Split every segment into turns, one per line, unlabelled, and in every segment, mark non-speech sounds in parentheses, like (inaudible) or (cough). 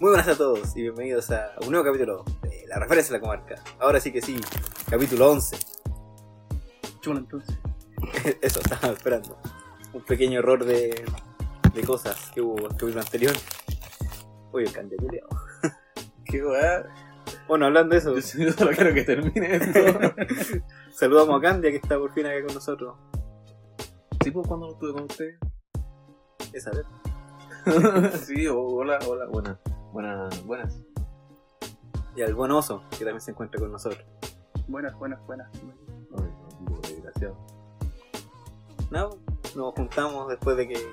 Muy buenas a todos y bienvenidos a un nuevo capítulo de La Referencia a la Comarca. Ahora sí que sí, capítulo 11.
Chulo entonces.
(laughs) Eso, estaba esperando. Un pequeño error de, de cosas que hubo en el capítulo anterior. Uy, el candelero.
Qué weá.
Bueno, hablando de eso,
Yo yo solo (laughs) quiero que
(laughs)
termine esto.
saludamos a Candia que está por fin acá con nosotros.
sí, pues cuando estuve con
(laughs)
usted.
Esa vez.
sí, o- hola, hola, buenas. Buenas, buenas.
Y al buen oso, que también se encuentra con nosotros.
Buenas, buenas, buenas.
Ay, no, tipo desgraciado.
No, nos juntamos después de que.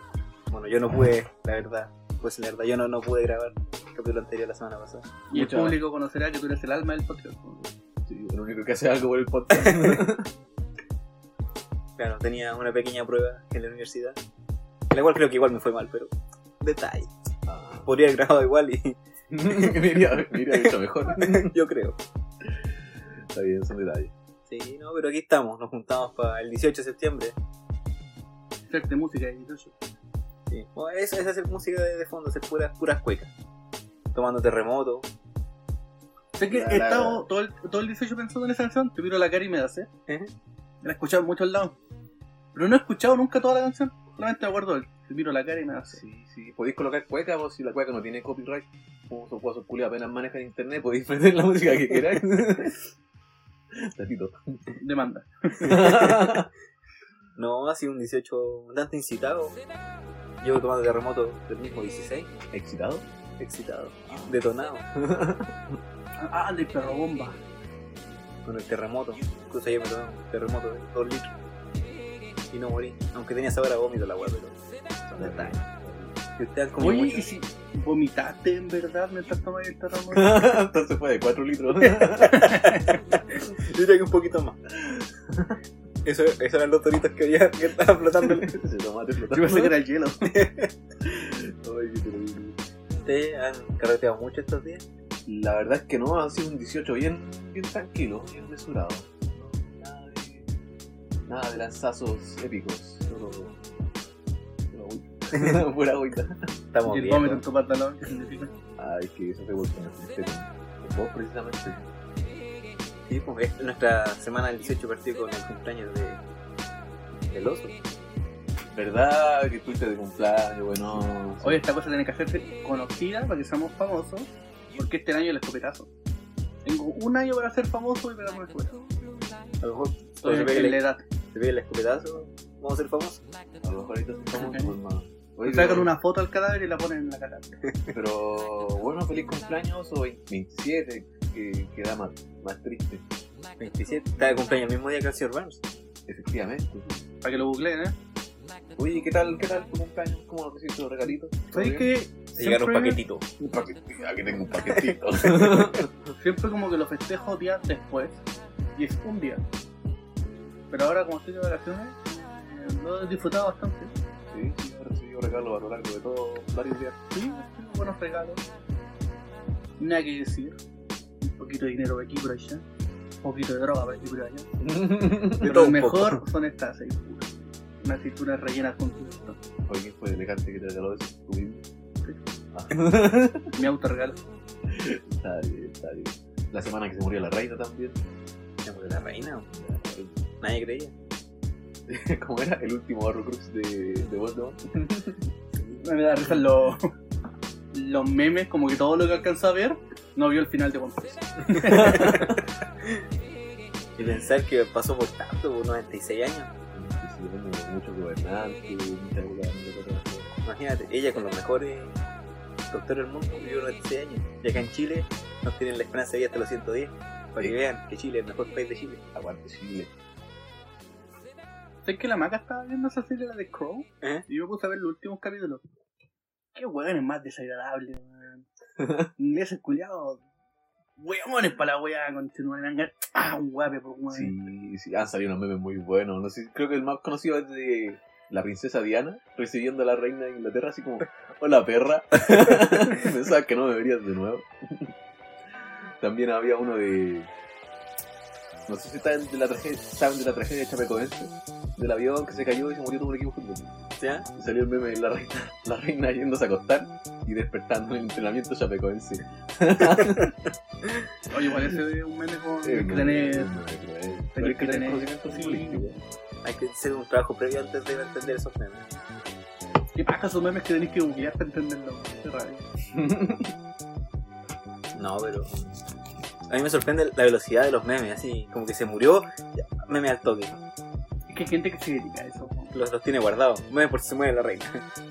Bueno, yo no pude, la verdad. Pues la verdad, yo no, no pude grabar el capítulo anterior la semana pasada.
Y el
Muchas-
público conocerá que tú eres el alma del podcast. po.
Sí, el único que hace algo por el podcast.
(laughs)
Claro, tenía una pequeña prueba en la universidad. En la cual creo que igual me fue mal, pero. Detalle.
Ah.
Podría haber grabado igual y.
(laughs)
(laughs)
me iría, me iría mucho mejor.
yo creo.
Está bien, son detalles.
Sí, no, pero aquí estamos. Nos juntamos para el 18 de septiembre.
Ser de música y todo eso.
Sí. Bueno, eso es hacer música de, de fondo, hacer puras, puras cuecas. Tomando terremoto.
Sé que
La-
he
la-
estado todo el, todo el 18 pensando en esa canción. Te miro la cara y me da sed.
Ujú.
La he escuchado en muchos lados. Pero no he escuchado nunca toda la canción. Solamente me acuerdo del Te miro la cara y me da sed.
Sí, sí. Podéis colocar cueca vos si la cueca no tiene copyright. Como esos guasos culiados apenas manejan internet, podéis meter la música
(laughs)
que queráis. Tatito.
Demanda.
No, ha sido un 18 bastante incitado. Llevo tomando terremoto del mismo 16.
¿Excitado?
Excitado. Detonado.
Ah, de perro bomba.
con el terremoto. Incluso ayer me tomé un terremoto de 2 litros. Y no morí. Aunque tenía sabor a vómito la weá, pero. Son detalles. Y ustedes como
Oye,
mucho.
¿y si vomitaste en verdad mientras tomabas el terremoto?
(laughs) (laughs) Entonces fue de
(laughs)
4 litros.
Yo diría que un poquito más. (laughs) Eso, esos eran los toritos que había que estaban flotando.
Se tomate
Yo pensé que era el hielo.
Ay, qué terrible.
¿Ustedes han carreteado mucho estos días?
La verdad es que no, ha sido un 18 bien, bien tranquilo, bien mesurado. No, Nada de, nada de lanzazos épicos. Solo. Pura agüita. (laughs) Pura agüita.
Estamos
Y el
bien.
vómito en tu pantalón. ¿Qué (laughs) significa?
Ay, que eso se vuelve con, con Este, vos precisamente.
Sí, porque es- nuestra semana del 18 partió con el cumpleaños de. del oso.
¿Verdad que fuiste de cumpleaños? Bueno.
Oye, esta cosa tiene que hacerse conocida para que seamos famosos, porque este año el escopetazo. Tengo un año para ser famoso y pegarme el escopetazo.
A lo mejor.
Estoy
se
en,
pega
en
el,
la edad.
se pega el escopetazo. Vamos a ser famosos.
a lo mejor ahorita estamos
Ajá.
hermano. Oye,
Le sacan
pero-
una foto al cadáver y la ponen en la cara.
Pero bueno, feliz cumpleaños o 27, que queda más, más triste,
27. Está de cumpleaños el mismo día que el señor Burns.
efectivamente.
Para que lo googleen, ¿eh?
Oye, ¿qué tal, qué tal tu cumpleaños? ¿Cómo recibiste los regalitos?
¿Sabéis
qué?
que
Se llegaron
siempre-
paquetito.
Un paquetito, Ah, aquí tengo un paquetito.
Siempre como que lo festejo días después, y es un día. Pero ahora, como estoy de vacaciones, eh, lo he disfrutado bastante.
(laughs) sí, sí, he recibido regalos a lo largo de todo, varios días.
Sí, buenos regalos. Nada que decir. Un poquito de dinero por aquí por allá. Un poquito de droga por aquí por allá.
De todo
Pero lo
un
mejor son estas eh, aceitunas. Unas aceitunas rellenas con gusto.
Oye, ¿quién fue el elegante que te regaló eso? ¿Tú mismo? Ah,
Mi autorregalo.
está bien, está bien. La semana que se murió la reina también. (laughs)
Se murió la reina, nadie creía.
¿Cómo era? El último Horrocrux de, de Voldemort.
Me da risa los, los memes, como que todo lo que alcanzó a ver, no vio el final de One Piece.
Y pensar que pasó por tanto, por 96 años.
Que se llevó muchos gobernantes, mucha mucha-
Imagínate, ella con los mejores doctores del mundo vivió 96 años. Y acá en Chile nos tienen la esperanza de vida hasta los 110. Para que vean que Chile es el mejor país de Chile.
Aguante Chile.
¿Sabes que la maca estaba viendo esa serie la de Crow?
¿Eh?
Y yo me puse a ver los últimos capítulos. Qué weón es más desagradable,
(laughs)
weón. Ingleses culiados. Weones para la weá, continuar en Ah, un guape por weón.
Sí, sí, han salido unos memes muy buenos. No sé, creo que el más conocido es de la princesa Diana recibiendo a la reina de Inglaterra, así como:
(laughs)
Hola perra. (laughs) Pensaba (laughs) que no me verías de nuevo. También había uno de. No sé si saben de la tragedia, saben de la tragedia de Chapecoense, del avión que se cayó y se murió todo un equipo de fútbol.
¿Ya?
Y salió el meme de la reina, la reina yéndose a acostar y despertando en el entrenamiento Chapecoense.
Oye, parece un meme con
Eh,
que tenés-
no, no, no, no.
tenés que tener-
conocimiento
sí.
futbolístico.
Hay que hacer un trabajo previo antes de entender esos memes.
¿Qué pasa esos memes que tenés que googlear para entenderlo? Qué rabia.
No, pero. A mí me sorprende la velocidad de los memes, así como que se murió, ya, meme al toque.
Es que hay gente que se dedica a eso. po.
Los, los tiene guardados. Meme por si se muere la reina.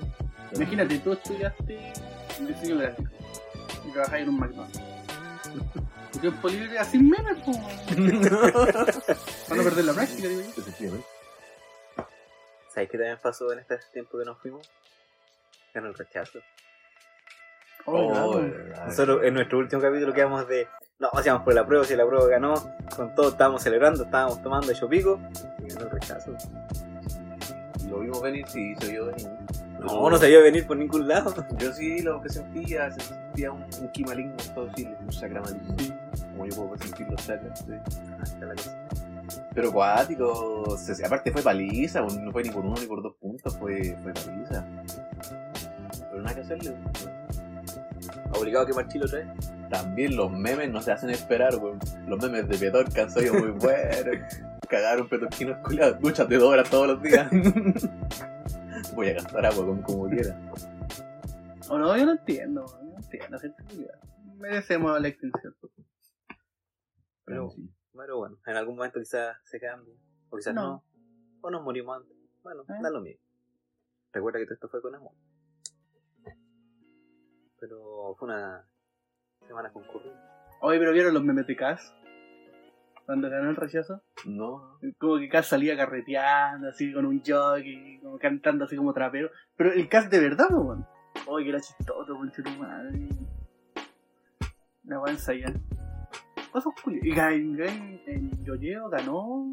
(laughs)
Imagínate, tú estudiaste diseño gráfico y trabajas en un McDonald's. (laughs) Tu tiempo libre así memes, (laughs) po. Van a perder la práctica, digo yo.
Efectivamente.
¿Sabes qué también pasó en este tiempo que nos fuimos? En el rechazo.
Oh,
Oh,
claro.
verdad.
Nosotros en nuestro último capítulo quedamos de. No, hacíamos por la prueba, si la prueba ganó, con todo estábamos celebrando, estábamos tomando chopico, y ganó el rechazo.
Lo vimos venir, sí, se vio venir.
No, no se vio venir por ningún lado.
Yo sí lo presentía, se sentía un, un ki maligno en todo Chile, un chakra maligno. Como yo puedo presentir los chakras, sí. Pero cuático, se- aparte fue paliza, bueno, no fue ni por uno ni por dos puntos, fue, fue paliza. Pero nada que hacerle. bueno.
Obligado a quemar chilo otra vez.
También los memes no se hacen esperar, weón. Los memes de Petorca han sido muy buenos. (laughs) Cagaron petorquinos culiados, duchas de dos horas todos los días. (laughs) Voy a gastar agua con como quiera.
O no, yo no entiendo, no entiendo, gente culiada. Merecemos la extinción.
Pero-
sí.
Pero bueno, en algún momento quizás se cambie, o quizás no,
No.
o nos morimos antes. Bueno,
¿Eh?
da lo mismo. Recuerda que todo esto fue con amor. Pero fue una semana concurrida.
Oye, pero vieron los memes de Cass cuando ganó el rechazo.
No,
Como que Cass salía carreteando, así con un jockey, como cantando así como trapero. Pero el Cass de verdad, po, weón. Oye, que era chistoso, conche tu madre. La voy a ensayar. Cosas culiadas. Y gan- gan- en Yoyeo ganó.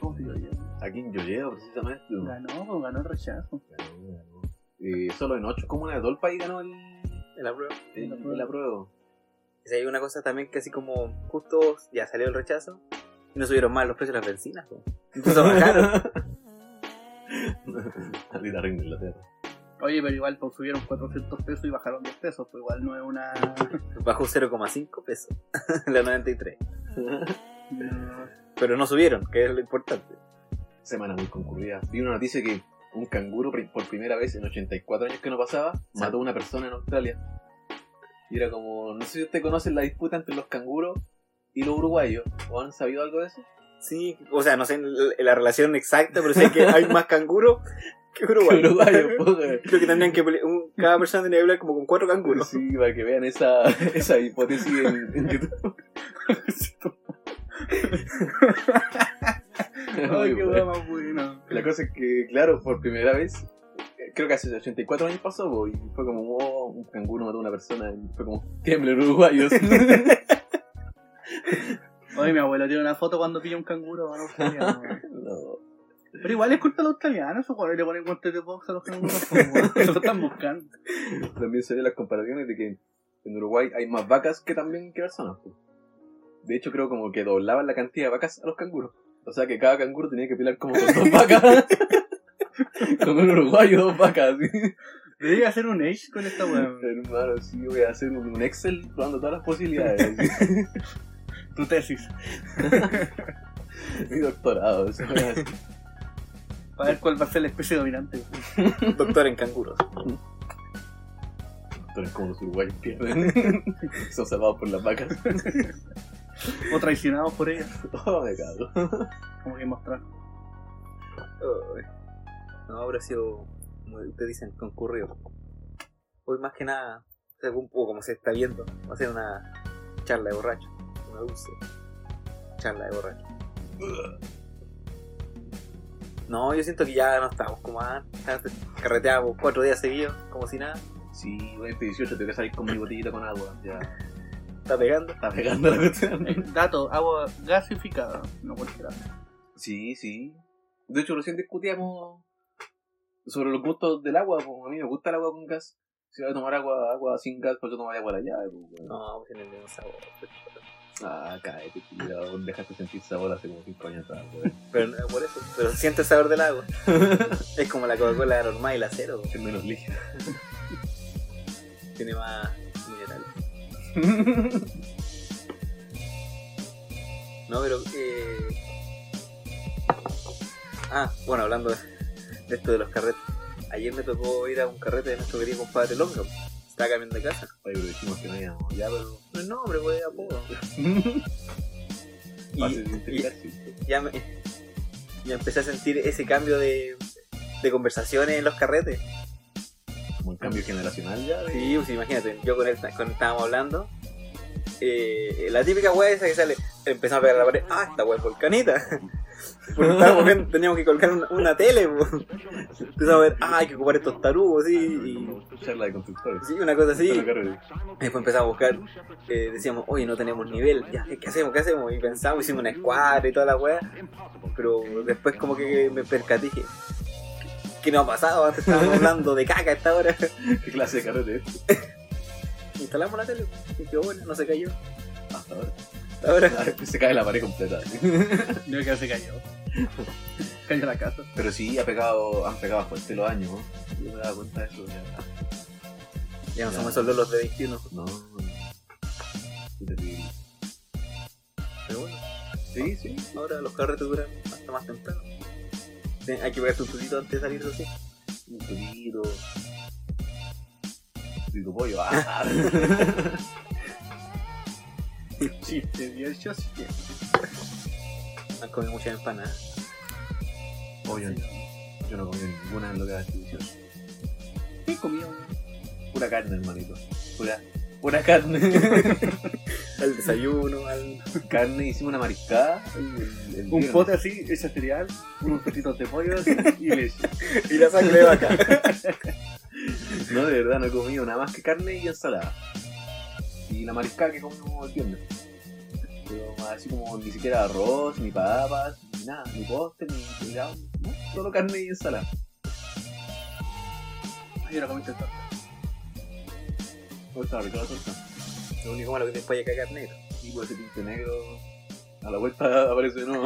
¿Cómo se llama? Yoyeo?
aquí en Yoyeo precisamente. weón.
Ganó, po, ganó el rechazo.
Ganó, ganó. Eh, solo en ocho comunas de todo el país ganó el,
En la prueba.
el,
La prueba.
el apruebo.
Y si hay una cosa también que así como justo ya salió el rechazo, y no subieron más los precios de las bencinas. po. Incluso
(laughs)
bajaron.
Así la reina de Inglaterra.
Oye, pero igual pues, subieron 400 pesos y bajaron 10 pesos, pues igual no es una...
Bajó 0,5 pesos. (laughs) la 93.
no.
Pero no subieron, que es lo importante.
Semana muy concurrida. Vi una noticia que un canguro pri- por primera vez en 84 años que no pasaba mató a una persona en Australia. Y era como, no sé si usted conocen la disputa entre los canguros y los uruguayos. ¿O han sabido algo de eso?
Sí, o sea, no sé la, la relación exacta, pero sé que hay más canguro
(laughs)
que uruguayo.
Los
(laughs)
uruguayos, po, güey.
Creo que tendrían que pele- un- cada persona tendría que hablar como con cuatro canguros.
(laughs) Sí, para que vean esa, (laughs) esa hipótesis en, en YouTube.
Ay,
Muy
qué
bueno.
hueá más buena.
La cosa es que, claro, por primera vez, eh, creo que hace 84 años pasó, po, y fue como, oh, un canguro mató a una persona, y fue como, tiemblen uruguayos. (laughs)
Oye, mi abuelo tiene una foto cuando pilla un canguro a un australiano. weón.
No.
Pero igual es culpa de los australianos, eso cuando le ponen guantes de box a los canguros. pues, weón. Se lo están buscando.
También se ven las comparaciones de que en Uruguay hay más vacas que también que personas. po. De hecho, creo como que doblaban la cantidad de vacas a los canguros. O sea que cada canguro tenía que pilar como con dos vacas. con un uruguayo dos vacas, así.
Debería hacer un age con esta weá. weón.
Hermano, sí, voy a hacer un un Excel probando todas las posibilidades.
Tu tesis.
Mi doctorado, eso voy a hacer.
Para ver cuál va a ser la especie dominante. weón.
Doctor en canguros.
Pero es como los uruguayos pierden. (laughs) Son salvados por las vacas.
O traicionados por ellas.
Oh, me cago.
Como que mostrar.
Ay. No, ahora ha sido, como ustedes dicen, concurrido. Hoy más que nada, según o como se está viendo, va a ser una charla de borracho. Una dulce charla de borracho. No, yo siento que ya no estamos como antes. Antes Carreteábamos cuatro días seguidos, como si nada.
Sí, voy a 18, tengo que salir con mi botellita con agua. Ya,
Está pegando.
está pegando la cuestión.
Eh, Dato, agua gasificada. No cualquiera.
Sí, sí. De hecho, recién discutíamos sobre los gustos del agua. po. A mí me gusta el agua con gas. Si voy a tomar agua, agua sin gas, pues yo tomaría agua a la llave. po, weón.
No, pues tiene el mismo sabor.
Ah, cállate, tío. Dejaste sentir sabor hace como 5 años atrás, weón.
Pero no, por eso, pero siente el sabor del agua. es como la Coca-Cola normal y la cero.
Es menos líquido.
Tiene más minerales. (laughs) No, pero. eh, Ah, bueno, hablando de, de esto de los carretes. Ayer me tocó ir a un carrete de nuestro querido compadre Longo. Estaba cambiando de casa.
Oye, pero dijimos que no íbamos.
Ya, pero. No es nombre, güey, apodo.
Fácil de
Y, y
identificar, sí.
ya me. Ya empecé a sentir ese cambio de, de conversaciones en los carretes.
Como un cambio generacional ya. de-
Sí, pues imagínate, yo con él, con él estábamos hablando. eh, la típica weá esa que sale, empezamos a pegar la pared. Ah, esta weá es volcanita. (laughs) Porque estábamos viendo, teníamos que colgar una, una tele. po. Empezamos a ver, ah, hay que ocupar estos tarugos, sí. Y,
Charla de constructores.
sí, una cosa así.
Bueno, Carlos,
Después empezamos a buscar, eh, decíamos, oye, no tenemos nivel, ya, ¿qué hacemos? ¿Qué hacemos? Y pensamos, hicimos una escuadra y toda la weá. Pero después, como que me percaté, dije, ¿qué- ¿qué nos ha pasado? Antes estábamos hablando de caca a esta hora. (laughs)
¿Qué clase de carrete es? este?
Instalamos la tele y quedó bueno, no se cayó. (laughs)
Hasta ahora.
Hasta ahora.
Ah, Se cae la pared completa.
Yo creo que se cayó. Cayó la casa.
Pero sí, ha pegado, han pegado fuerte los años. ¿no? Yo me daba cuenta de eso. ya. (laughs)
Ya no somos esos lolos de 21.
No. Qué terrible.
Pero bueno,
Sí, sí.
ahora los carretes duran hasta más temprano. Sí, Hay que pegarse un tutito antes de salir de sí.
Un poquito. Digo pollo.
(laughs)
Ah.
Chiste, Dios, yo sí que-
Han comido muchas empanadas.
pollo. Yo no comí ninguna de lo que delicioso.
¿Qué comió? weón?
Pura carne, hermanito. Pura, pura carne. (laughs)
Al desayuno, al.
carne, hicimos una mariscada. el- el
Un
viernes.
pote así, hecha cereal, unos petitos de pollo así, y leche.
(laughs) y la sangre de vaca.
No, de verdad, no he comido nada más que carne y ensalada. Y la mariscada que comimos el viernes. Pero así como ni siquiera arroz, ni papas, ni nada, ni postre, ni cuidado, no, solo carne y ensalada.
Ay, ahora comiste todo.
Oh, estaba rica la torta.
Lo único malo que te vaya a cagar negro.
Tipo ese tinte negro. A la vuelta (laughs) aparece de nuevo.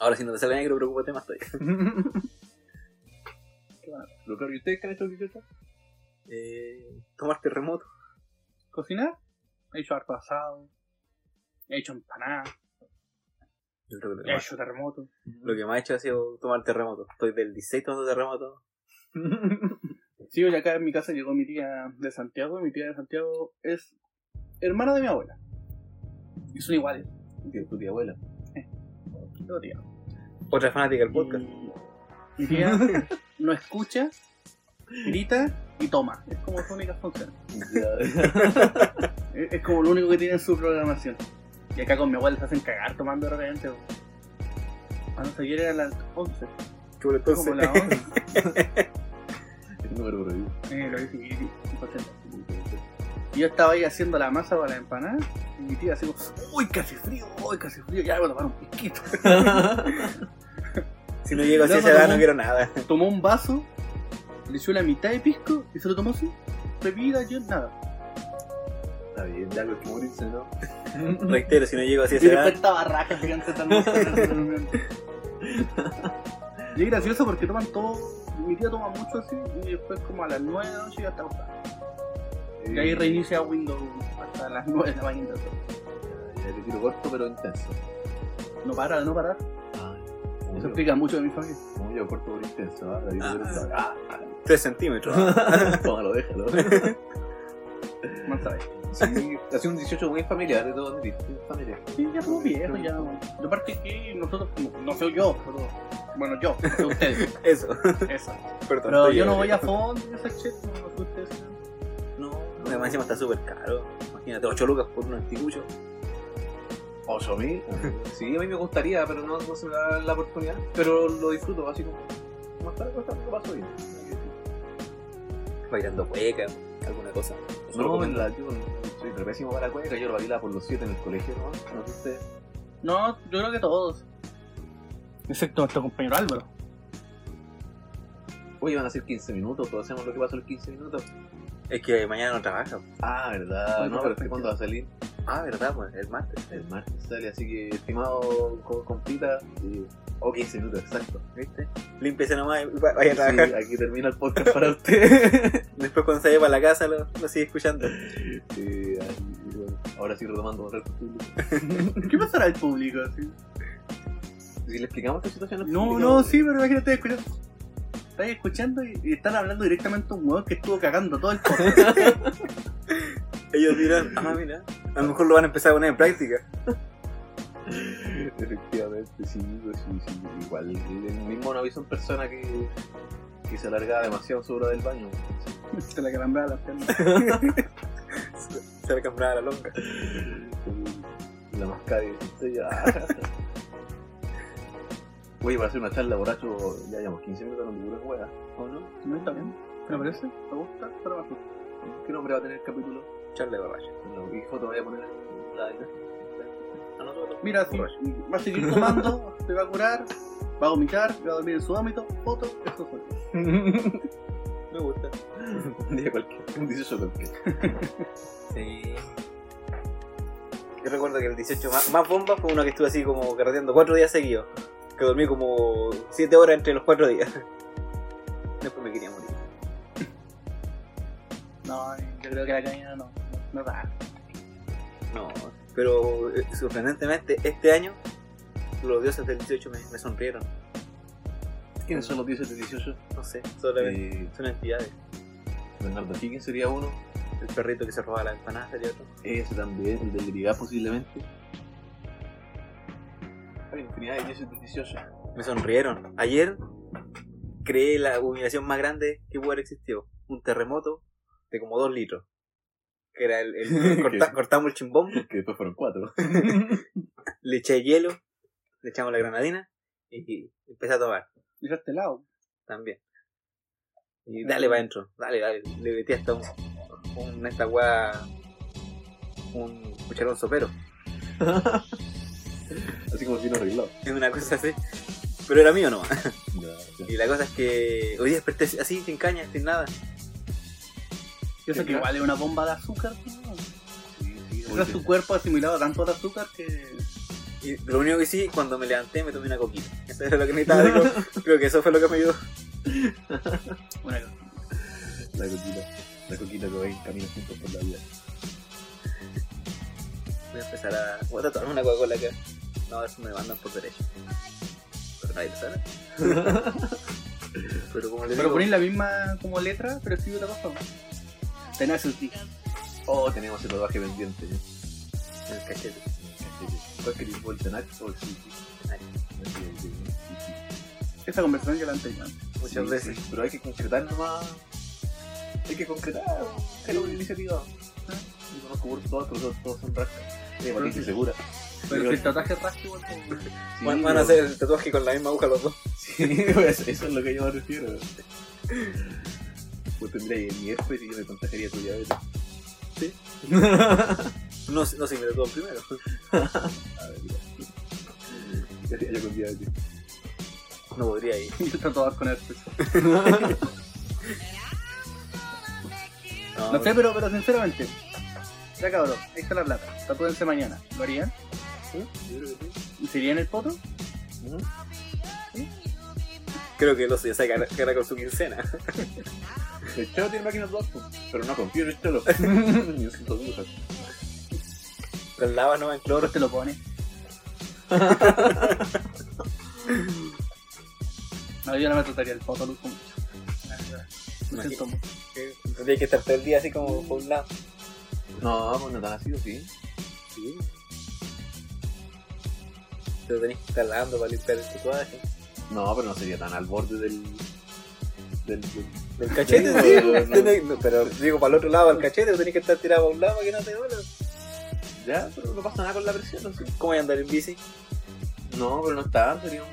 Ahora, si no te sale negro, preocúpate más todavía.
Pero claro, ¿y ustedes qué han hecho (laughs) 18?
Eh, tomar terremoto.
¿Cocinar? He hecho harto asado. He hecho empanadas.
Yo creo que lo que,
He
más,
hecho terremoto.
lo que más he hecho ha sido tomar terremoto. Estoy del 16 tomando terremoto.
Sí, hoy acá en mi casa llegó mi tía de Santiago. y Mi tía de Santiago es hermana de mi abuela. Y son iguales.
Tío, tu tía abuela. (laughs)
Tengo tía.
Otra fanática del podcast.
Y Mi tía no escucha, grita y toma. Es como su única función. Es, es como lo único que tiene en su programación. Y acá con mi abuela se hacen cagar tomando de repente. weón. Cuando se quiere a las 11.
Chulo,
Como
entonces.
(laughs) las 11.
el número prohibido.
Eh, lo hice y- y- contento. Y yo estaba ahí haciendo la masa para la empanada. Y mi tía así como, uy, casi frío, uy, casi frío. Ya voy a tomar un pisquito.
(laughs)
(laughs)
Si no llego así a
No,
esa
no,
edad,
no.
no quiero nada.
Tomó un vaso, le echó la mitad de pisco y se lo tomó así. Bebida, yo nada.
Está bien, ya lo que morirse, ¿no?
Reitero, si no llego
(laughs)
así a
Y
esa
después
edad.
estaba raja gigante también. y es gracioso porque toman todo. Mi tía toma mucho así y después como a las 9 de la noche ya está acostada. Y
Eh,
ahí reinicia Windows hasta las 9 de la mañana.
Ya, te tiro corto pero intenso. Ah,
No para, no para.
Como
Eso
yo.
explica mucho de mi familia.
Como yo corto por intenso, ¿ah? David
Ah.
Durán. Ah, ah,
3 centímetros. (laughs)
(laughs)
Tómalo, déjalo.
Más sabes.
Sí, ha sido un 18 muy familiar de todo Madrid. muy Familiar.
Sí, ya somos viejos, ya. De parte que nosotros, como- no soy yo, pero. Bueno, yo, no sé ustedes. (laughs)
Eso.
eso.
Perdón.
Pero
estoy
yo no
ebrio.
voy a fondo en esa chet, no sé ustedes.
No, además encima está súper caro. Imagínate, 8 lucas por un anticucho.
¿Ocho mil? Sí, a mí me gustaría, pero no, no se me da la oportunidad. Pero lo disfruto, así como. Más tarde, más tarde, lo paso bien.
Bailando hueca, alguna cosa. Eso lo
No, en
comento.
la, yo soy re pésimo para la cueca, yo lo bailaba por los siete en el colegio, ¿no? No sé ustedes.
No, yo creo que todos. Excepto nuestro compañero Álvaro.
Oye, van a ser 15 minutos, todos sabemos lo que pasó en los 15 minutos.
Es que mañana no trabaja. pues.
Ah, verdad.
Muy
No, pero es
perfecto.
que cuando va a salir.
Ah, verdad, pues, el martes.
El martes sale, así que estimado co- compita. eh, O 15 minutos, exacto.
¿Viste? Límpiese nomás y va- vaya a
Sí,
trabajar. (laughs)
aquí termina el podcast para usted. (laughs)
Después cuando se vaya para la casa lo, lo sigue escuchando.
Sí, ahí, bueno, ahora sí retomando con respecto al público.
¿Qué pasará al público? sí?
Si le explicamos esta situación al
No,
público,
no, sí, pero imagínate escuchando. Estás escuchando y, y están hablando directamente a un weón que estuvo cagando todo el podcast.
Ellos dirán, ah, mira, a lo mejor lo van a empezar a poner en práctica.
(laughs) Efectivamente, sí, pues, sí, sí. Igual el mismo no aviso en persona que, que se alarga demasiado su hora del baño.
(laughs) Se la calambraba las piernas.
Se va a comprar la longa.
La mascada de centella. (laughs) Oye, para hacer una charla borracho, ya llevamos 15 minutos donde pura hueá, ¿o no?
¿No está bien? ¿Te parece? ¿Te gusta? ¿Para abajo?
¿Qué nombre va a tener el capítulo?
Charla de borracho.
Bueno, ¿Y foto voy a poner en la
Ah, no, no, no.
Mira, sí,
Borracho.
va a seguir tomando, se va a curar, va a vomitar, va a dormir en su ámbito, foto, eso fue.
Me gusta.
(laughs) Un día cualquiera, un 18 cualquiera.
Sí. Yo recuerdo que el 18 más, más bomba fue uno que estuve así como carreteando cuatro días seguidos. Que dormí como siete horas entre los cuatro días. (laughs) Después me quería morir.
No, yo creo que la caña no, no da.
No, pero eh, sorprendentemente este año los dioses del 18 me, me sonrieron.
¿Quiénes son los 10 de 18?
No sé, solamente
Eh,
son entidades.
Bernardo Higgins sería uno.
El perrito que se robaba la empanada sería otro.
Ese también, el del Brigada posiblemente. Hay infinidad de 10 de 18.
Me sonrieron. Ayer creé la humillación más grande que pudo haber existido. Un terremoto de como dos litros. Que era el, el- el corta- cortamos el chimbón,
(laughs) Que después fueron 4.
le eché hielo, le echamos la granadina y, y empecé a tomar
Yo a este lado.
también. Y dale para adentro, dale, dale. Le metí hasta un, un esta weá, un cucharón sopero.
(laughs)
(laughs)
Así como si no arreglado.
Es una cosa así. Pero era mío nomás.
Ya,
Y la cosa es que hoy día desperté así, sin caña, sin nada.
Yo sé que
Claro.
igual es una bomba de azúcar, ¿no? O sea, su
su
cuerpo ha asimilado tanto de azúcar que.
Y lo único que sí, cuando me levanté me tomé una coquita. Eso era lo que necesitaba. digo, creo que eso fue lo que me ayudó.
Una
La coquita. La coquita que veis camina juntos por la vida.
Voy a empezar a... Voy a tatuarme una Coca-Cola acá. No, eso me mandan por derecho. Pero nadie lo sabe. Pero como le
Pero
digo...
ponéis la misma como letra, pero escribe otra cosa. Tenés el tic.
Oh, tenemos el rodaje pendiente. ¿eh?
en el cachete.
¿Cuál queréis? ¿Voltenax o el City?
Tenax.
Esa conversación que la anterior.
Muchas
Sí,
veces.
sí, Pero hay que concretar nomás. Hay que concretar. Es una iniciativa. Yo conozco por todos, pero todos- todos son rascas. Eh,
Pero
Patricio
sí.
segura.
Pero
Pero-
si el tatuaje pues, rasca igual (laughs) que.
Sí,
Van, van a
pero-
hacer el tatuaje con la misma aguja los dos.
(laughs) Sí, pues, eso es lo que yo me refiero. Pues tendría mi herpes y yo me contagiaría tu diabetes.
Sí. No, sé- no sé, me tatuó primero.
A ver, mira. ¿Qué haría yo con diabetes?
No podría ir.
Y el tatuador con herpes.
No,
No sé, pero, pero sinceramente. Ya cabrón, ahí está la plata. Tatúense mañana. ¿Lo harían?
Yo creo que sí.
¿Y serían el poto?
Ujú.
Creo que el oso ya sabe que gana con su quincena.
El Cholo tiene máquinas dos, pues, pero no confío en el Cholo. Ni en sus burbujas.
Las lavas no en cloro.
Ahora te lo pones. no, yo no me trataría el poto, lo uso mucho. La verdad. Lo siento mucho.
que Tendría que estar todo el día así como por un lado.
No, pues no tan así, ¿o sí.
Sí. Te lo tenés que estar lavando para limpiar el tatuaje.
No, pero no sería tan al borde del. del. del-
El cachete,
Sí,
sí.
no, no.
(laughs) tenés- no, pero digo, para el otro lado, el cachete, lo tenés que estar tirado para un lado para que no te duela.
Ya, pero no pasa nada con la presión, ¿o sí?
¿Cómo voy a andar en bici?
No, pero no está, sería un.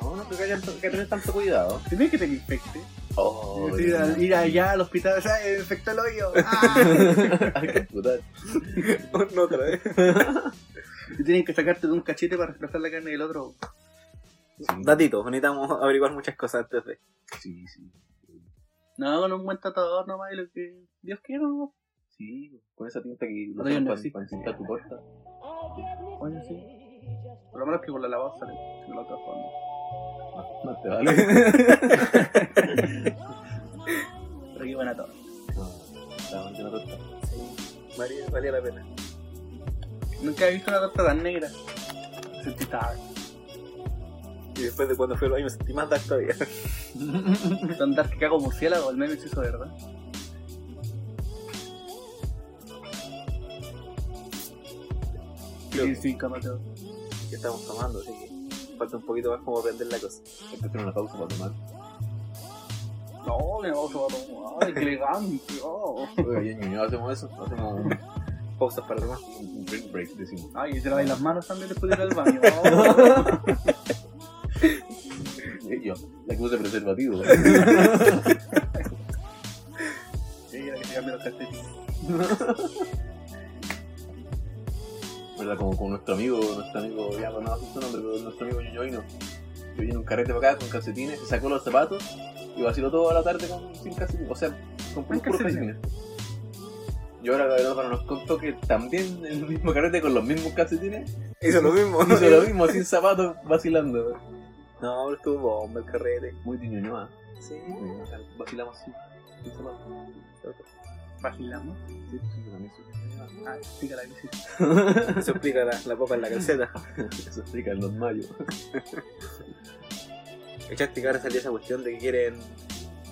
No, no creo que haya que tener tanto cuidado.
Primero que te infecte.
Oh,
ir, a- ir
(laughs)
allá al hospital, o sea, eh, infectó el hoyo. ¡Ah!
Hay que putar.
(laughs) no, otra vez.
Y tienen que sacarte de un cachete para reemplazar la carne del otro.
Sí,
Datito, necesitamos averiguar muchas cosas antes de.
sí, sí.
No, con un buen tatuador nomás y lo que Dios quiera nomás.
Sí, con esa tinta que lo
Pero yo
usan
no
para,
existe.
para encintar tu puerta.
Bueno, sí. Por lo menos que con la lavada sale de la otra forma.
No te
(laughs)
vale.
Pero qué buena torta.
La mancha no tosta.
Valía, valía la pena.
Nunca había visto una torta tan negra. Sentí tarde.
Y después de cuando fui al baño me sentí más dark (laughs) todavía.
Tan dark que cago murciélago, el meme se hizo verdad.
Creo
Sí, sí, camateo.
que estamos tomando, así que falta un poquito más como aprender la cosa.
Hay que hacer una pausa para tomar.
No, me vamos a tomar. Ay, qué elegante. oh.
Oye, bien ñoño, hacemos eso. Hacemos un,
Pausas para tomar.
un- un drink break, decimos.
Ay, y te laváis las manos también después de ir al baño. (laughs) Oh.
Y yo, la que usa preservativo.
Sí, era que se cambian los calcetines.
¿Verdad? Como con nuestro amigo, nuestro amigo, ya pues, no sé su nombre, pero nuestro amigo Yoyoino. Que vino en un carrete para acá con calcetines, se sacó los zapatos y vaciló toda la tarde con, sin calcetines. O sea, con puros puros
calcetines.
calcetines. Y ahora Gabriel Álvaro nos contó que también en el mismo carrete con los mismos (laughs) calcetines
Hizo lo mismo.
hizo
(laughs)
lo mismo, sin zapatos, vacilando.
No, pero estuvo bomba el carrete.
Muy de ñoñoa,
(laughs) Sí.
¿eh? O sea, Vacilamos sin, sin zapatos.
Vacilamos.
Sí, sí, yo también soy ñoñoa.
Ah, explica la crisis.
Eso explica la, la papa en la calceta.
Eso explica el (laughs) normal.
Echaste cara salió esa cuestión de que quieren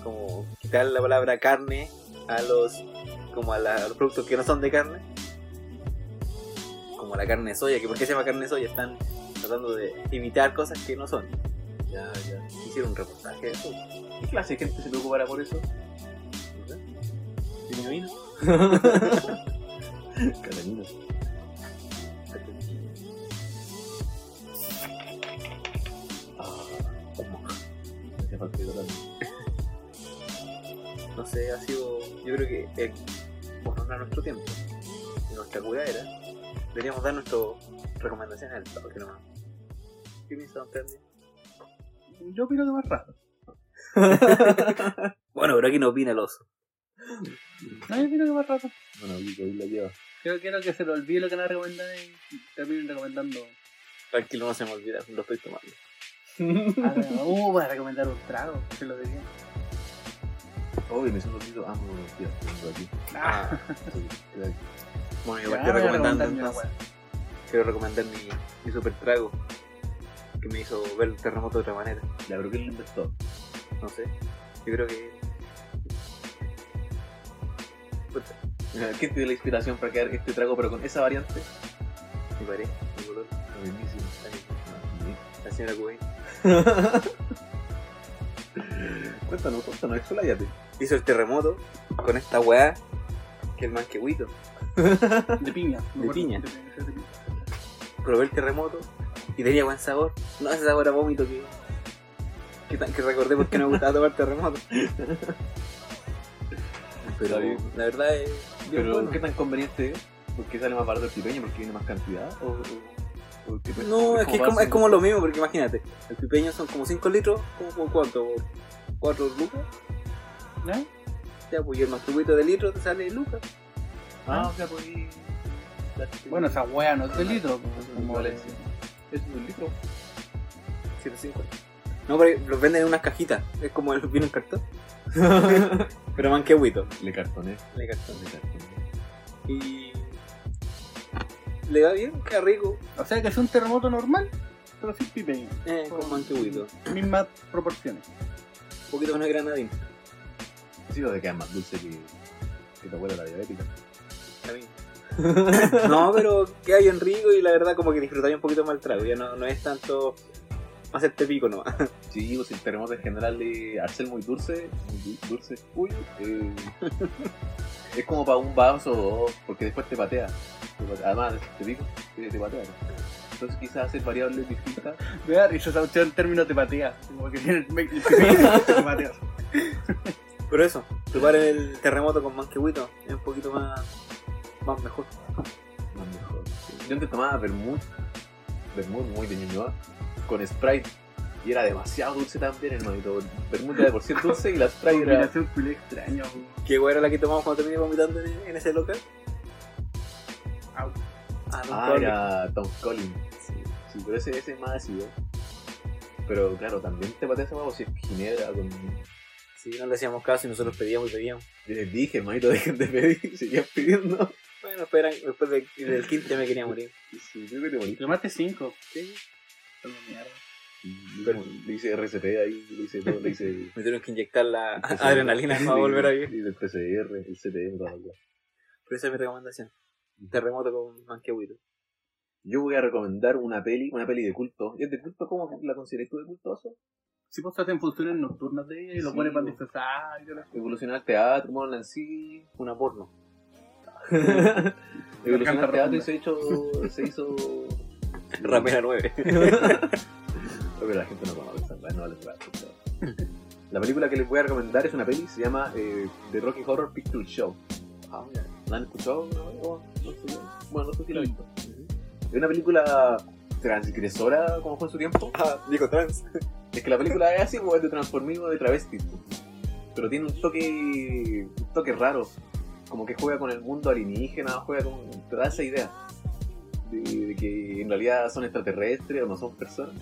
como quitar la palabra carne a los como a, la- a los productos que no son de carne. Como la carne de soya, que por qué se llama carne de soya, están tratando de evitar cosas que no son.
Ya, ya.
Hicieron un reportaje de eso.
¿Qué clase de gente se preocupará por eso?
Niño vino.
Catalina. Ah, ¿cómo? Me hace falta ir tratando.
(laughs) No sé, ha sido. Yo creo que eh, bueno, no a nuestro tiempo, en nuestra cura era. Deberíamos dar nuestras recomendaciones al toque nomás. ¿Qué piensa don Ferdi?
Yo opino que más rato.
Bueno, pero aquí no opina el oso.
No, yo opino que más rato.
Bueno, Vico, ahí la lleva.
Creo quiero que se lo olvide lo que nos recomendan y terminen recomendando.
Tranquilo, no se me olvida, lo estoy tomando.
Ah, Uh, voy a recomendar un trago, se lo diría.
Obvio, me siento olvidado. Ah, bueno, tío, tengo aquí.
Ah,
Sí, claro.
Bueno, yo
(laughs) ya,
partí
voy a
recomendando
recomendar una
entonces. Quiero recomendar mi, mi super trago que me hizo ver el terremoto de otra manera.
Ya, pero ¿quién lo inventó? (laughs)
No sé, yo creo que. Puta,
¿Quién te dio la inspiración para crear este trago, pero con esa variante?
mi pareja, mi color,
Buenísimo. Ah,
la señora Cubain.
bien. Cuéntanos, cuéntanos, expláyate.
hizo el terremoto con esta weá que el manquehuito.
hueá. De piña. me acuerdo,
piña.
de piña.
Probé el terremoto y tenía buen sabor. No ese sabor a vómito que, que, tan- que recordé porque no me gustaba tomar terremoto.
(laughs)
Pero
Está bien.
la verdad es. bien
Pero,
bueno.
¿qué tan conveniente es? ¿Por qué sale más barato el pipeño? ¿Por qué viene más cantidad? ¿O, o- o qué cuesta?
No, es que es como,
base?
es como lo mismo, porque imagínate, el pipeño son como 5 litros, como por cuánto, por 4 lucas,
¿Eh?
ya pues y el manquehuito de litro te sale lucas.
Ah, o sea, podí... darte-
Bueno, esa wea no es delito. pues,
Eso es
como-
violencia. Eso es un litro.
750. No, pero los venden en unas cajitas, es como el vino en cartón, pero manquehuito.
Le cartoné,
Le cartón.
le cartoné.
y le va bien, queda rico,
O sea que es un terremoto normal, pero sin pipeña.
eh, con manquehuito, un
Mismas proporciones.
poquito menos de granadín,
Sí, lo de que es más dulce que, que tu abuela la diabética.
está bien. no, pero queda bien rico y la verdad como que disfrutaría un poquito más el trago, ya no, no es tanto hacerte pico nomás.
Sí, pues el terremoto en general de al ser muy dulce, muy du- dulce es cuyo, eh, (laughs) es como para un vaso o dos, porque después te patea. Te patea. Además, te digo, te patea. Entonces quizás hacer variables distintas.
Me da risa esa cuestión, el término te patea. Como que tiene el- el pipeño, te patea.
Pero eso, preparen el terremoto con manquehuito, es un poquito más, más mejor.
más mejor. Yo antes tomaba vermut, vermut muy de Ñuñoa, con Sprite. Y era demasiado dulce también, hermanito. Bermuda de por sí es dulce y las trae era.
Combinación culé extraña, weón.
¿Qué weá era la que tomamos cuando terminé vomitando en, en ese local?
Au.
Ah, no,
Ah, era Tom Collins. Sí, sí, pero ese, ese es más ácido. Pero claro, también te patea esa hueá, si es ginebra con.
Sí, no le hacíamos caso y nosotros pedíamos y pedíamos.
Yo les dije, hermanito, dejen de pedir, (laughs) seguían pidiendo.
Bueno, esperan, después de- del quinto ya me quería morir.
Sí, creo que te morí.
Tomaste cinco. Sí. Todo mierda.
Pero le hice RCP ahí, le hice todo, le (laughs) hice.
(laughs) Me tuvieron que inyectar la (laughs)
el PCR.
Ah, adrenalina para volver a vivir.
Y el PCR, el CTM, toda la hueá.
Pero esa es mi recomendación. Terremoto con manquehuito.
Yo voy a recomendar una peli, una peli de culto. ¿Es de culto? ¿Cómo la consideras tú de culto, Oso?
Si vos hacen funciones nocturnas de ella y lo
Sí,
ponen para
weón.
disfrazar y todo lo-
Evolucionar al teatro, bueno, en sí.
Una porno.
Evolucionar al teatro y
Ronda.
se hizo. Se hizo...
Rapera 9.
Pero la gente no conoce esa weá, no vale la pena. La película que les voy a recomendar es una peli, se llama eh, The Rocky Horror Picture Show. ¿La han escuchado? alguna vez? ¿O no sé? Bueno, no sé si la he visto. Es una película transgresora, como fue en su tiempo.
(laughs) Ah, dijo trans.
Es que la película es así, pues, de transformismo de travesti. Pero tiene un toque. un toque raro. Como que juega con el mundo alienígena, juega con. te da esa idea. De, de que en realidad son extraterrestres o no son personas.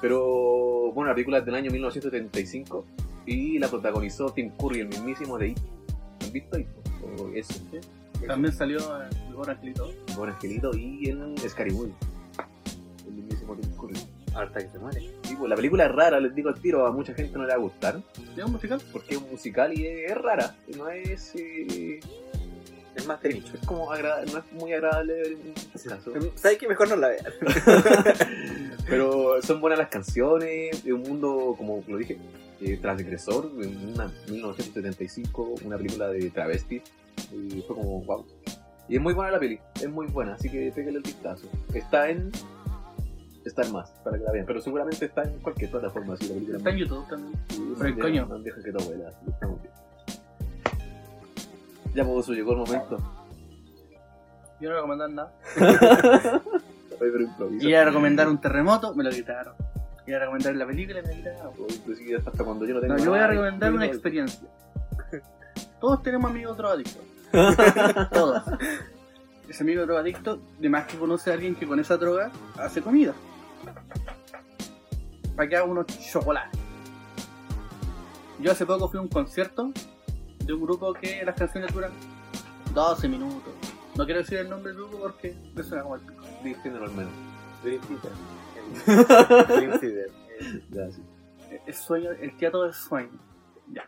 Pero bueno, la película es del año 1975 y la protagonizó Tim Curry, el mismísimo de It. ¿Han visto It? O eso, ¿sí?
También salió eh, el buen angelito.
Buen Angelito y en Scary El mismísimo Tim Curry.
Ahorita que se muere.
Sí, pues, la película es rara, les digo al tiro, a mucha gente no le va a gustar.
¿Es un musical?
porque es un musical y es, es rara. No es, eh,
Es más de nicho.
es como agrada- no es muy agradable ver un musical.
¿Sabes qué? Mejor no la veas.
Pero son buenas las canciones, es un mundo, como lo dije, eh, transgresor, en una- 1975, una película de travesti, y fue como wow. Y es muy buena la peli, es muy buena, así que pégale el vistazo. Está en... Está en más, para que la vean, pero seguramente está en cualquier plataforma, así la película
Está en YouTube también.
Pero
Pero el coño.
No deja que te abuela, lo estamos bien. Ya pues eso, llegó el momento.
Yo no recomendar nada.
Ay, pero improvisa.
Iba a recomendar un terremoto, me lo quitaron. Iba a recomendar la película y me la quitaron.
Uy, tú sí que hasta cuando yo no tengo
No, yo voy a
nada,
recomendar
yo
una
no-
experiencia. Todos tenemos amigos drogadictos. Todos. Ese amigo drogadicto, de más que conoce a alguien que con esa droga hace comida. Para que haga unos chocolates. Yo hace poco fui a un concierto de un grupo que las canciones duran 12 minutos. No quiero decir el nombre del grupo porque me suena como el pico.
Sí, género al menos.
Dream Theater. El- Dream Theater. El-
Ya, sí.
el sueño, el teatro del sueño. Ya.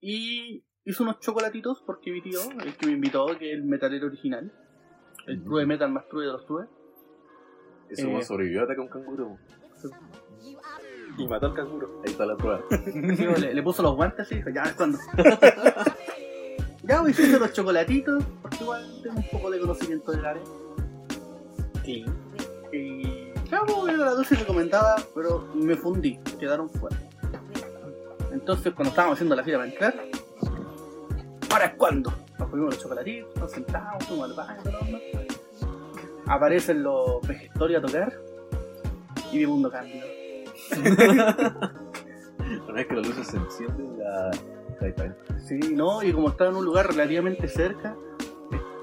Y hizo unos chocolatitos porque mi tío, el que me invitó, que es el metalero original, el true metal más true de los true,
Eso
Eh.
como sobrevivió a ataque a un canguro.
Y mató al canguro.
Ahí está la prueba.
el tío le, le puso los guantes y dijo, ya, ¿cuándo? ya, pues hice los chocolatitos, porque igual tengo un poco de conocimiento del área.
Sí.
Y claro, era la dulce recomendada, pero me fundí, quedaron fuera. Entonces, cuando estábamos haciendo la fila para entrar, ¿para cuándo? Nos comimos los chocolatitos, nos sentamos, fuimos al baño, toda la onda. Aparecen los vegetorios a tocar y mi mundo cambia.
Una vez que las luces se encienden, la... Ahí está. ¿eh?
Sí, ¿no? Y como estaba en un lugar relativamente cerca,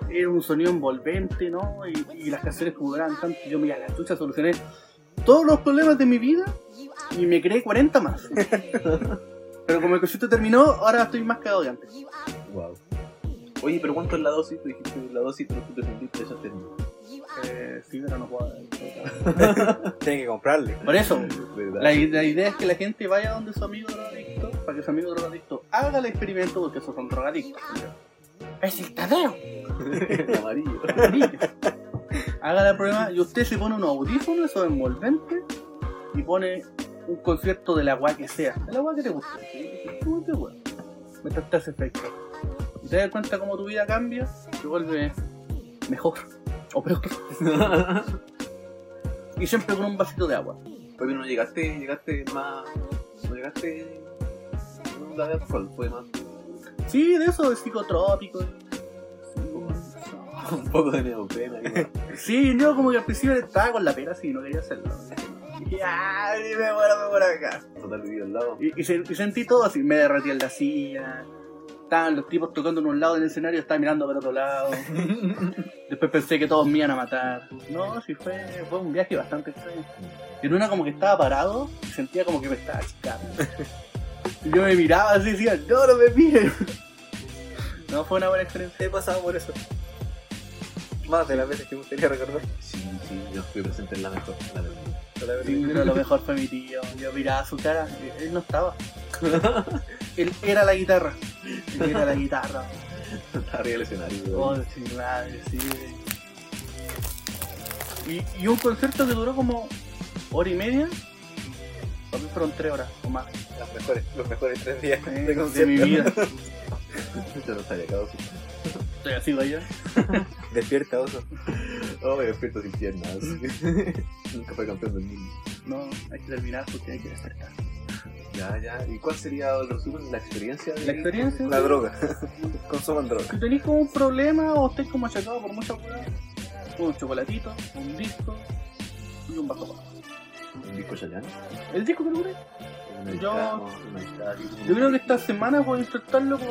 eh, era un sonido envolvente, ¿no? Y, y las canciones como duraban tanto, yo me iba a la chucha, solucioné todos los problemas de mi vida y me creé 40 más. Pero como el concierto terminó, ahora estoy más cagado que antes.
Wow. Oye, pero ¿cuánto es la dosis? Tú dijiste la dosis, pero tú te sentiste ya terminó.
Eh, sí, pero no puedo.
Tienen que comprarle.
Por eso,
¿Verdad?
Oh. la, i- la idea es que la gente vaya donde su amigo drogadicto, para que su amigo drogadicto haga el experimento, porque esos son drogadictos. ¡Es el Tadeo!
(laughs) El amarillo.
Anillo. (laughs) Haga la prueba y usted se pone unos audífonos, esos envolventes, y pone un concierto de la guay que sea, de la guay que te guste. Tú te guay. Mientras te hace efecto. Y te das cuenta cómo tu vida cambia, te vuelve mejor o peor. (laughs) Y siempre con un vasito de agua.
Oye, no llegaste, llegaste más... No llegaste... No, la de alcohol fue más...
Sí, de eso, de psicotrópico.
un poco de neopreno. ahí,
(laughs)
¿no?
Sí, yo como que al principio estaba con la pena, sí, no quería hacerlo. Ya, me muero, me muero acá.
Total vivido al lado.
Y, y se- y sentí todo así, me derretí en la silla. Estaban los tipos tocando en un lado del escenario, estaba mirando para otro lado. Después pensé que todos me iban a matar. No, sí fue, fue un viaje bastante extraño. Y en una como que estaba parado y sentía como que me estaba achicando. Y yo me miraba así y decía, no, no me miren. No fue una buena experiencia.
He pasado por eso. Más de las veces que me gustaría recordar.
Sí, sí, yo estoy presente en la mejor. en La mejor.
Pero la verdad
Sí,
que-
pero lo mejor fue mi tío. Yo miraba su cara, él no estaba. Él era la guitarra. Él era la guitarra.
Arriba del escenario.
Oh, sí, madre, sí. Y, y un concierto que duró como hora y media. Para mí fueron tres horas o más
Las mejores, los mejores tres días
eh,
de
de mi
concierto.
vida.
Yo Este no estaría acabado sin.
Estoy así, vaya.
Despierta, oso.
Oh, me despierto sin piernas.
(laughs)
Nunca fue campeón del mundo.
No, hay que terminar porque hay que despertar.
Ya, ya. ¿Y cuál sería el resumen? La experiencia. de-
La experiencia.
La droga. Consuman droga.
Si tenéis como un problema o estáis como achacado por mucha weá, un chocolatito, un disco y un vaso de agua.
Un disco Chayanne.
El disco que dure.
Una
Yo-
guitarra, una guitarra, y un-
Yo creo que esta semana voy a intentarlo con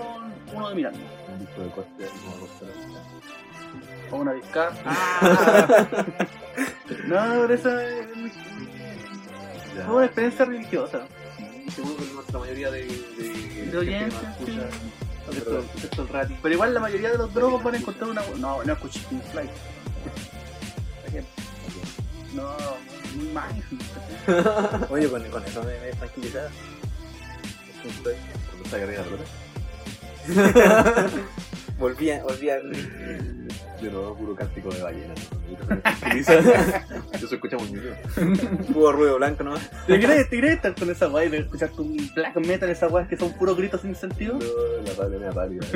uno de Miranda.
Un disco de corte. como corte.
O una discar.
Ah.
(laughs) no, pero esa es mi-
Ya.
fue una experiencia religiosa.
Sí, seguro que nuestra mayoría de. de.
De oyentes, sí.
Esto es el radio.
Pero igual la mayoría de los drogos van a encontrar una. No, no escuché Pink Floyd. Por ejemplo. No, muy mal.
Oye, con, con eso me, me tranquilizaba. Entonces,
Cuando está cargada la pelota.
Volví a, volví a-
(laughs) Yo no hago puro cántico de ballena. (laughs) ¿no? Yo se escucha muy bien.
Hubo ruido blanco nomás.
(laughs) ¿Te crees, ¿Te crees estar con esa guay de escuchar tu black metal, esas guay que son puros gritos sin sentido?
No, la pálida, la pálida.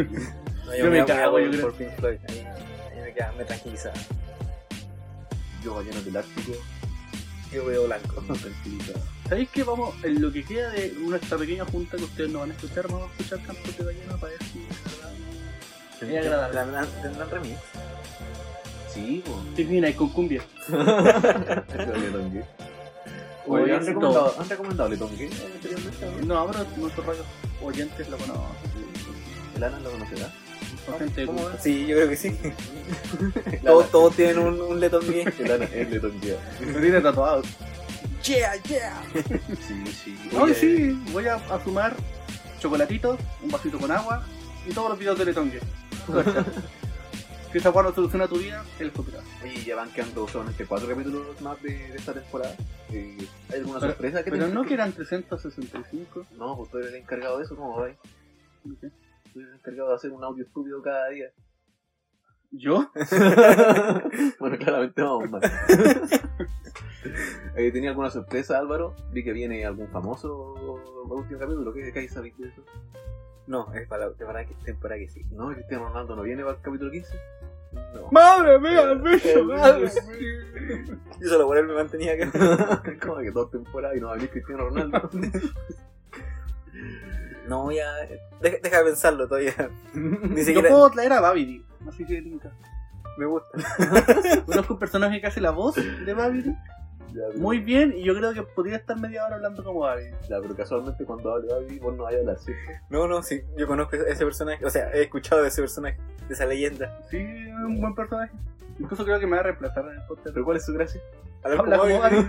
No,
Yo me
quedaba
cago,
por-
yo creo.
por Pink Floyd. Ahí, ahí me quedaba, me tranquilizaba.
Yo ballena del Ártico,
Yo ruido blanco.
no tranquilita.
¿Sabéis que vamos, en lo que queda de nuestra pequeña junta que ustedes no van a escuchar, vamos a escuchar cantos de ballena para ver si es verdad.
(laughs)
Sería agradable.
Tendrán- Tendrán remix.
Sí, (laughs) po.
Divina y con cumbia.
Eso es Letongue.
Oye,
Oye, ¿han
sí,
recomendado, ¿han recomendado Letongue anteriormente? o no?
No, pero nuestros radios oyentes lo conocen.
¿El Alan lo (laughs) conocerá?
Son gente de
¿Cómo
culto.
va? Sí, yo creo que sí. (laughs)
El
Todos,
Alan-
todos tienen un, un letón bien.
el Alan es Letongue.
Lo tiene tatuado.
Yeah, yeah.
Sí, sí.
Hoy sí, voy a, a fumar chocolatito, un vasito con agua y todos los videos de (laughs) Letongue. si esa agua no soluciona tu vida, él escupirá.
Oye, ya van quedando solamente cuatro capítulos más de, de esta temporada. Eh, ¿Hay alguna
Pero-
sorpresa que
Pero
tengas?
no que eran 365.
No, pues tú eres el encargado de eso, ¿no? Ay, tú eres el encargado de hacer un audio estúpido cada día.
¿Yo?
(laughs)
bueno, claramente vamos mal. Eh, ¿Tenía alguna sorpresa, Álvaro? Vi que viene algún famoso para el último capítulo. ¿Qué, qué hay sabéis de eso?
No, es para la temporada que, temporada que sí.
No, Cristiano Ronaldo no viene para el capítulo 15. No.
¡Madre
mía, bicho, madre
(laughs) Yo solo por él me mantenía acá. (laughs)
(laughs) Como que dos temporadas y no va a venir Cristiano Ronaldo.
No, ya. Deja, deja de pensarlo
(laughs)
todavía. Ni
Yo
siquiera
puedo traer a Babidi, así que nunca.
me gusta.
Conozco un personaje que hace la voz de Babidi
Ya, pero-
muy bien y yo creo que podría estar media hora hablando como Babidi.
Ya, pero casualmente cuando hable Babi, vos no vayas a hablar, ¿sí?
No, no, sí. Yo conozco ese personaje. O sea, he escuchado de ese personaje. De esa leyenda.
Sí, es un buen personaje. Incluso creo que me va a reemplazar en el podcast.
¿Pero cuál es su gracia?
Hablar
Habla
como
como
él.
Babidi.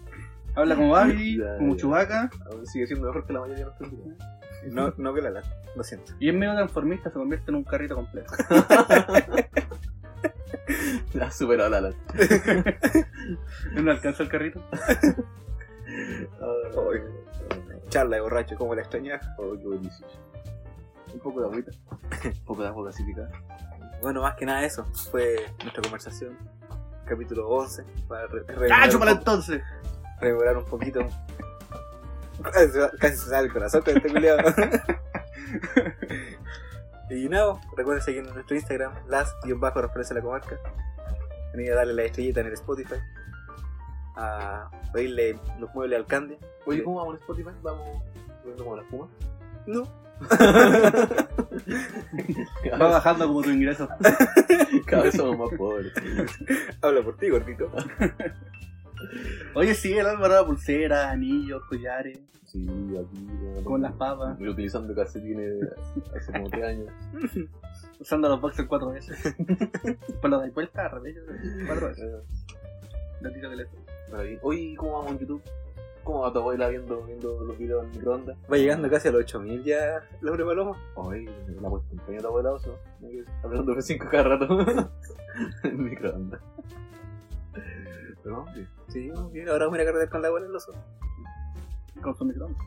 (laughs) Habla como Babidi,
Ya,
como
ya.
Chubaca.
Aún sigue siendo mejor que la mayoría de nuestros días.
(laughs) No, no que la la. Lo siento.
Y es medio transformista, se convierte en un carrito completo.
(laughs)
(laughs)
La superó la la.
¿No le alcanza el carrito?
Ay. Charla de borracho, como la extrañaba.
Oh, qué buenísimo. Un poco de agüita. Un (laughs) poco de agua clasificada.
Bueno, más que nada eso. Fue nuestra conversación. Capítulo 11. Para re-
¡Ah,
rememorar un
chúpala
poco-
entonces!
rememorar un poquito. Casi se va- Casi se sale el corazón con este culiado. (laughs) y nada, recuerden seguirnos en nuestro Instagram, las-referencia a la comarca. Venir a darle la estrellita en el Spotify. A pedirle los muebles al Candy.
Oye, ¿cómo vamos en Spotify? ¿Vamos subiendo como la espuma?
No.
Va bajando como tu ingreso.
(laughs) Cada vez somos más pobres.
Habla por ti, gordito.
Oye, sí, el Álvaro la pulsera, anillos, collares,
Sí, aquí. bueno,
con las papas,
Reutilizando calcetines hace como tres años.
usando los boxers cuatro veces. Pues los de vuelta, al revés, cuatro veces.
Eh,
La tira que le toca.
maravilla. Oye, ¿cómo vamos en YouTube? ¿Cómo va tu abuela viendo, viendo los videos en microondas?
Va llegando casi a los 8000 ya Laura Paloma.
Oye, la puesta en peña tu abuela, oso. Hablando de 5 cada rato. (laughs) en microondas. Pero vamos, sí.
Sí, no, bien, ahora vamos a ir a cargar con la abuela en los ojos.
Con su micrófono.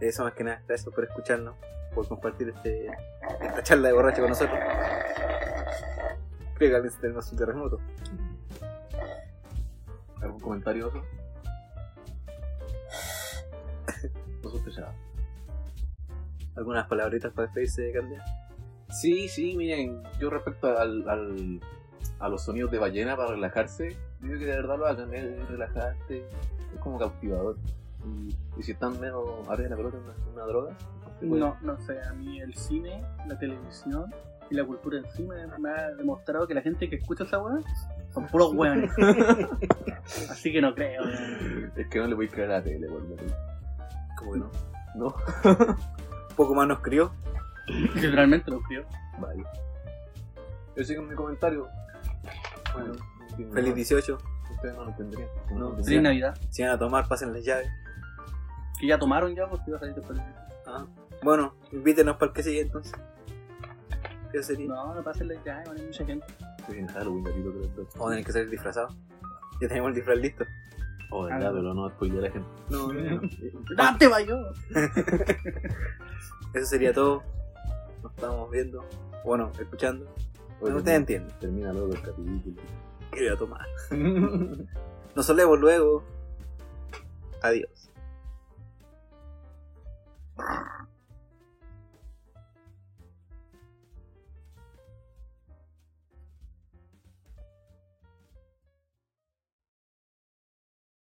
Eso más que nada, gracias por escucharnos, por compartir este, esta charla de borracho con nosotros. Creo que alguien se terminó su terremoto.
¿Algún comentario, oso? No sospechaba.
Algunas palabritas para despedirse de Candela.
Sí, sí, miren, yo respecto al, al- a los sonidos de ballena para relajarse, yo digo que de verdad lo hagan, es es relajante, es como cautivador. Y, y si están menos arriba de la pelota, una, una droga. se puede.
No, no sé, a mí el cine, la televisión y la cultura encima me ha demostrado que la gente que escucha esa weá son puros weones. Así que no creo. weón.
Es que no le voy a creer a la tele, por lo menos.
Como que no.
No, (laughs)
Poco más nos crió.
Literalmente lo creo.
vale. Yo sé que en mi comentario. Bueno, no,
Feliz 18.
Ustedes no lo entenderían.
No,
No, lo
Feliz
entenderían.
Navidad.
Si van a tomar, pasen las llaves.
Que ya tomaron ya, porque iba a salir después.
Ah, Bueno, invítenos para el que sigue entonces. ¿Qué sería?
No, no pásenle ya, van a mucha gente.
Estoy en Halloween, gatito, creo. entonces.
Vamos a tener que salir disfrazados. Ya tenemos el disfraz listo.
Oh, de verdad, pero no spoiler a la gente.
No, no, no.
¡Date, (laughs) yo!
Eso sería todo. Nos estamos viendo. Bueno, escuchando.
Oye,
ustedes entienden.
Termina luego el capítulo.
Quiero ir a tomar. Nos solemos luego. Adiós.